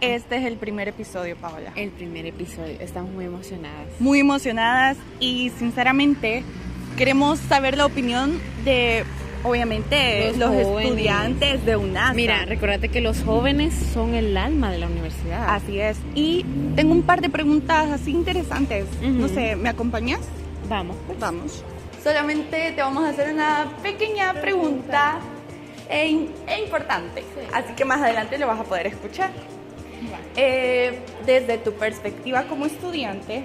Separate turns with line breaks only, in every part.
Este es el primer episodio, Paola.
El primer episodio. Estamos muy emocionadas.
Muy emocionadas y sinceramente queremos saber la opinión de, obviamente,
Los
los,
jóvenes.
estudiantes de
Ah,
UNAS.
Mira, recuérdate que los jóvenes son el alma de la universidad.
Ah.
Así es. Y tengo un par de preguntas así interesantes.
Ujú.
No sé, ¿me acompañas?
Vamos. pues.
Vamos. Solamente te vamos a hacer una pequeña pregunta e, in- e importante. Así que más adelante lo vas a poder escuchar. Eh, desde tu perspectiva como estudiante,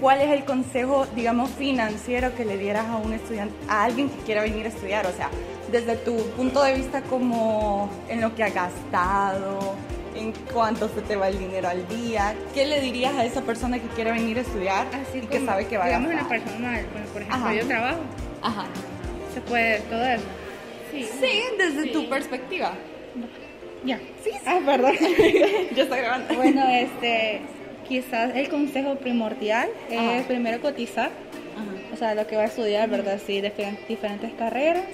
¿cuál es el consejo, digamos, financiero que le dieras a un estudiante, a alguien que quiera venir a estudiar? O sea, desde tu punto de vista como en lo que has gastado, en cuánto se te va el dinero al día, ¿qué le dirías a esa persona que quiere venir a estudiar
Así
y que
como,
sabe que va a
digamos una
gastar?
personal, por- por ejemplo,
Ajá.
yo trabajo,
Ajá.
se puede todo eso. Sí.
Sí, desde tu perspectiva.
Ya.
Sí, sí.
Ah, perdón.
Yo estoy grabando.
bueno, este, quizás el consejo primordial
Ajá.
es primero cotizar,
Ajá.
o sea, lo que va a estudiar, ¿verdad? Sí, difer- diferentes carreras.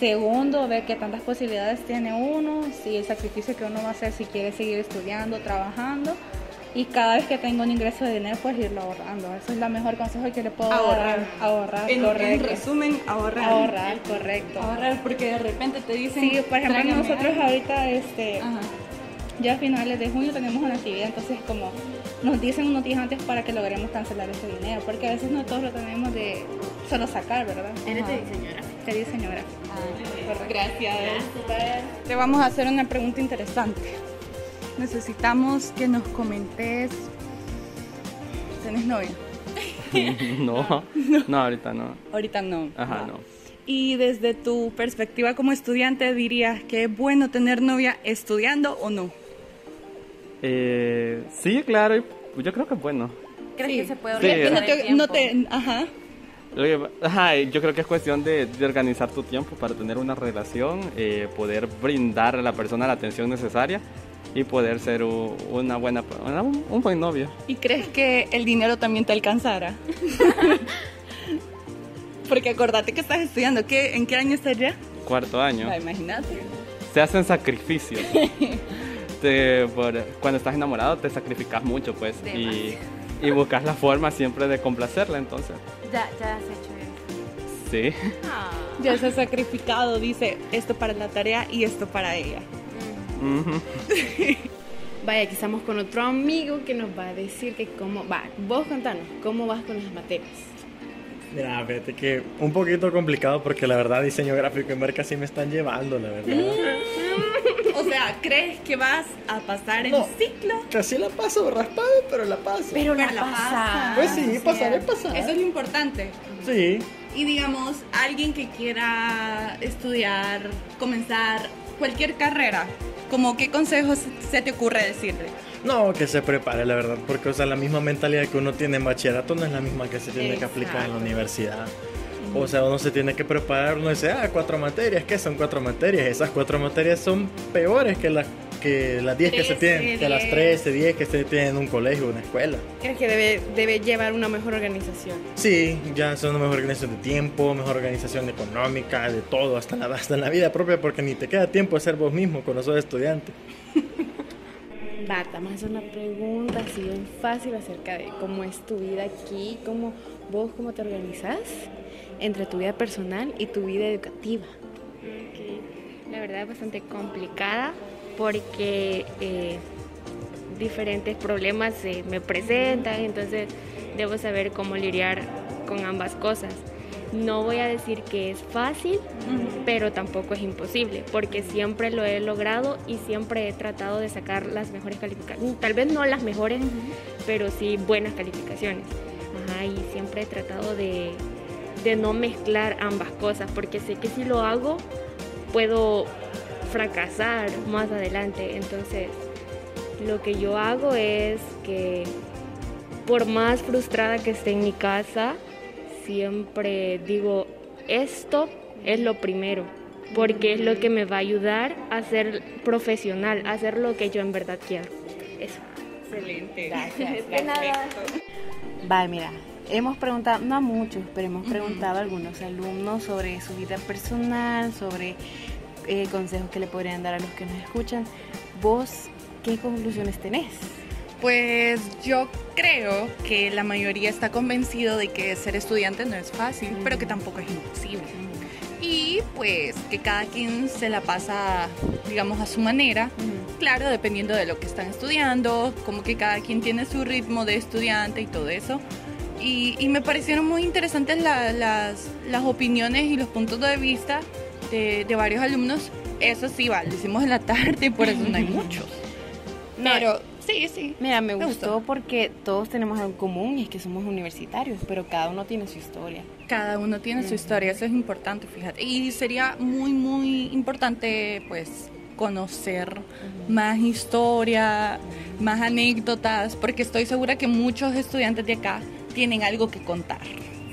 Segundo, ver qué tantas posibilidades tiene uno, si el sacrificio que uno va a hacer si quiere seguir estudiando, trabajando. Y cada vez que tenga un ingreso de dinero, pues irlo ahorrando. Eso es la mejor consejo que le puedo
Ahorrar.
dar. Ahorrar,
En, en
correcto.
resumen, ahorrar.
Ahorrar, correcto.
Ahorrar, porque de repente te dicen.
Sí, por ejemplo,
"Tráigame
nosotros
algo".
ahorita, este,
Ajá.
ya a finales de junio tenemos una actividad, entonces como nos dicen unos días antes para que logremos cancelar ese dinero, porque a veces no todos lo tenemos de solo sacar, ¿verdad?
Eres de diseñadora.
Te dice señora.
Gracias. Te vamos a hacer una pregunta interesante. Necesitamos que nos comentes. ¿Tenés novia?
No, no, ahorita no.
Ahorita no.
Ajá,
Va.
no.
Y desde tu perspectiva como estudiante, dirías que es bueno tener novia estudiando o no?
Eh, sí, claro, y pues yo creo que es bueno.
¿Crees que se puede
Sí.
organizar
no
el
te,
tiempo?
no te- ajá.
Lo que- ajá, yo creo que es cuestión de, de organizar tu tiempo para tener una relación, eh, poder brindar a la persona la atención necesaria y poder ser u- una buena, una- un, un buen novio.
¿Y crees que el dinero también te alcanzara? Porque acordate que estás estudiando. ¿Qué, ¿En qué año estás ya?
Cuarto año.
Ah, imagínate.
Se hacen sacrificios. Te- por- cuando estás enamorado te sacrificas mucho, pues, y, y buscas la forma siempre de complacerla, entonces.
Ya, ya has hecho eso.
Sí.
Ah.
Ya se ha sacrificado, dice, esto para la tarea y esto para ella.
Ujú.
Vaya, aquí estamos con otro amigo que nos va a decir que cómo va. Vos contanos, ¿cómo vas con las materias?
Mira, fíjate que un poquito complicado porque la verdad diseño gráfico y marca sí me están llevando, la verdad.
O sea, ¿crees que vas a pasar el
No.
ciclo?
Casi la paso raspado, pero la paso.
la pasas.
Pues sí, pasaré, pasaré.
Eso es lo importante.
Sí,
Y digamos, alguien que quiera estudiar, comenzar cualquier carrera, como qué consejos se te ocurre decirle?
no, que se prepare, la verdad, porque o sea, la misma mentalidad que uno tiene en bachillerato no es la misma que se tiene que aplicar en la
Exacto.
universidad. O sea, uno se tiene que preparar, uno dice, ah, cuatro materias, ¿qué son cuatro materias? Esas cuatro materias son peores que las que las 10 que se
13,
tienen, que las
10.
13, 10 que se tienen en un colegio, una escuela.
¿Crees que debe, debe llevar una mejor organización?
Sí, ya son una mejor organización de tiempo, mejor organización económica, de todo, hasta la, hasta en la vida propia, porque ni te queda tiempo de ser vos mismo cuando sos estudiante.
Va, te vamos a hacer una pregunta así bien fácil acerca de cómo es tu vida aquí, cómo vos cómo te organizás entre tu vida personal y tu vida educativa.
Ok. La verdad es bastante complicada porque eh, diferentes problemas se me presentan, entonces debo saber cómo lidiar con ambas cosas. No voy a decir que es fácil, pero tampoco es imposible, porque siempre lo he logrado y siempre he tratado de sacar las mejores calificaciones, tal vez no las mejores, pero sí buenas calificaciones. Ajá, y siempre he tratado de, de no mezclar ambas cosas, porque sé que si lo hago puedo fracasar más adelante. Entonces, lo que yo hago es que por más frustrada que esté en mi casa, siempre digo, esto es lo primero, porque es lo que me va a ayudar a ser profesional, a hacer lo que yo en verdad quiero. Eso.
Excelente.
Gracias, Va, mira, hemos preguntado, no a muchos, pero hemos preguntado a algunos alumnos sobre su vida personal, sobre eh, consejos que le podrían dar a los que nos escuchan. ¿Vos ¿qué conclusiones tenés?
Pues yo creo que la mayoría está convencido de que ser estudiante no es fácil, pero que tampoco es imposible. Y pues que cada quien se la pasa, digamos, a su manera. Claro, dependiendo de lo que están estudiando, como que cada quien tiene su ritmo de estudiante y todo eso. Y, y me parecieron muy interesantes la- las, las opiniones y los puntos de vista de, de varios alumnos. Eso sí, va, lo hicimos en la tarde y por eso no hay muchos.
No,
Pero sí, sí.
Mira, me,
Me
gustó,
gustó.
porque todos tenemos algo en común y es que somos universitarios, pero cada uno tiene su historia.
Cada uno tiene su historia, eso es importante, fíjate. Y sería muy, muy importante, pues, conocer más historia, más anécdotas, porque estoy segura que muchos estudiantes de acá tienen algo que contar.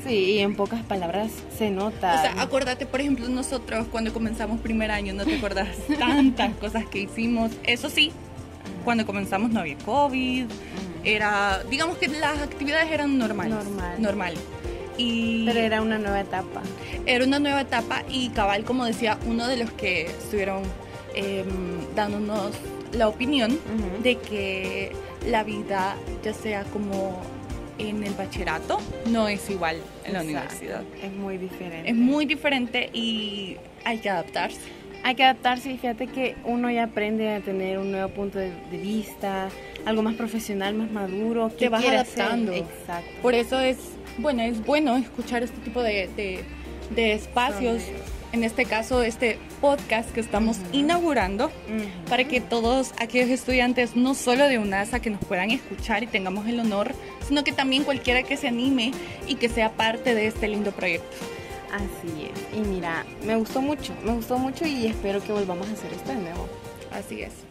Sí, y en pocas palabras se nota.
O sea, acuérdate, por ejemplo, nosotros cuando comenzamos primer año, ¿no te acuerdas tantas cosas que hicimos? Eso sí, cuando comenzamos no había COVID, era, digamos que las actividades eran normales.
Normal.
Normal. Y
pero era una nueva etapa.
era una nueva etapa y cabal, como decía, uno de los que estuvieron eh, dándonos la opinión
Ujú.
de que la vida, ya sea como en el bachillerato, no es igual en la
Exacto.
universidad.
Es muy diferente.
Es muy diferente y hay que adaptarse.
Hay que adaptarse y fíjate que uno ya aprende a tener un nuevo punto de, de vista, algo más profesional, más maduro. ¿qué
Te vas
quiere hacer?
adaptando.
Exacto.
Por eso es bueno, es bueno escuchar este tipo de, de- de espacios, en este caso este podcast que estamos inaugurando,
Ujú.
para que todos aquellos estudiantes, no solo de UNASA, que nos puedan escuchar y tengamos el honor, sino que también cualquiera que se anime y que sea parte de este lindo proyecto.
Así es. Y mira, me gustó mucho, me gustó mucho y espero que volvamos a hacer esto de nuevo.
Así es.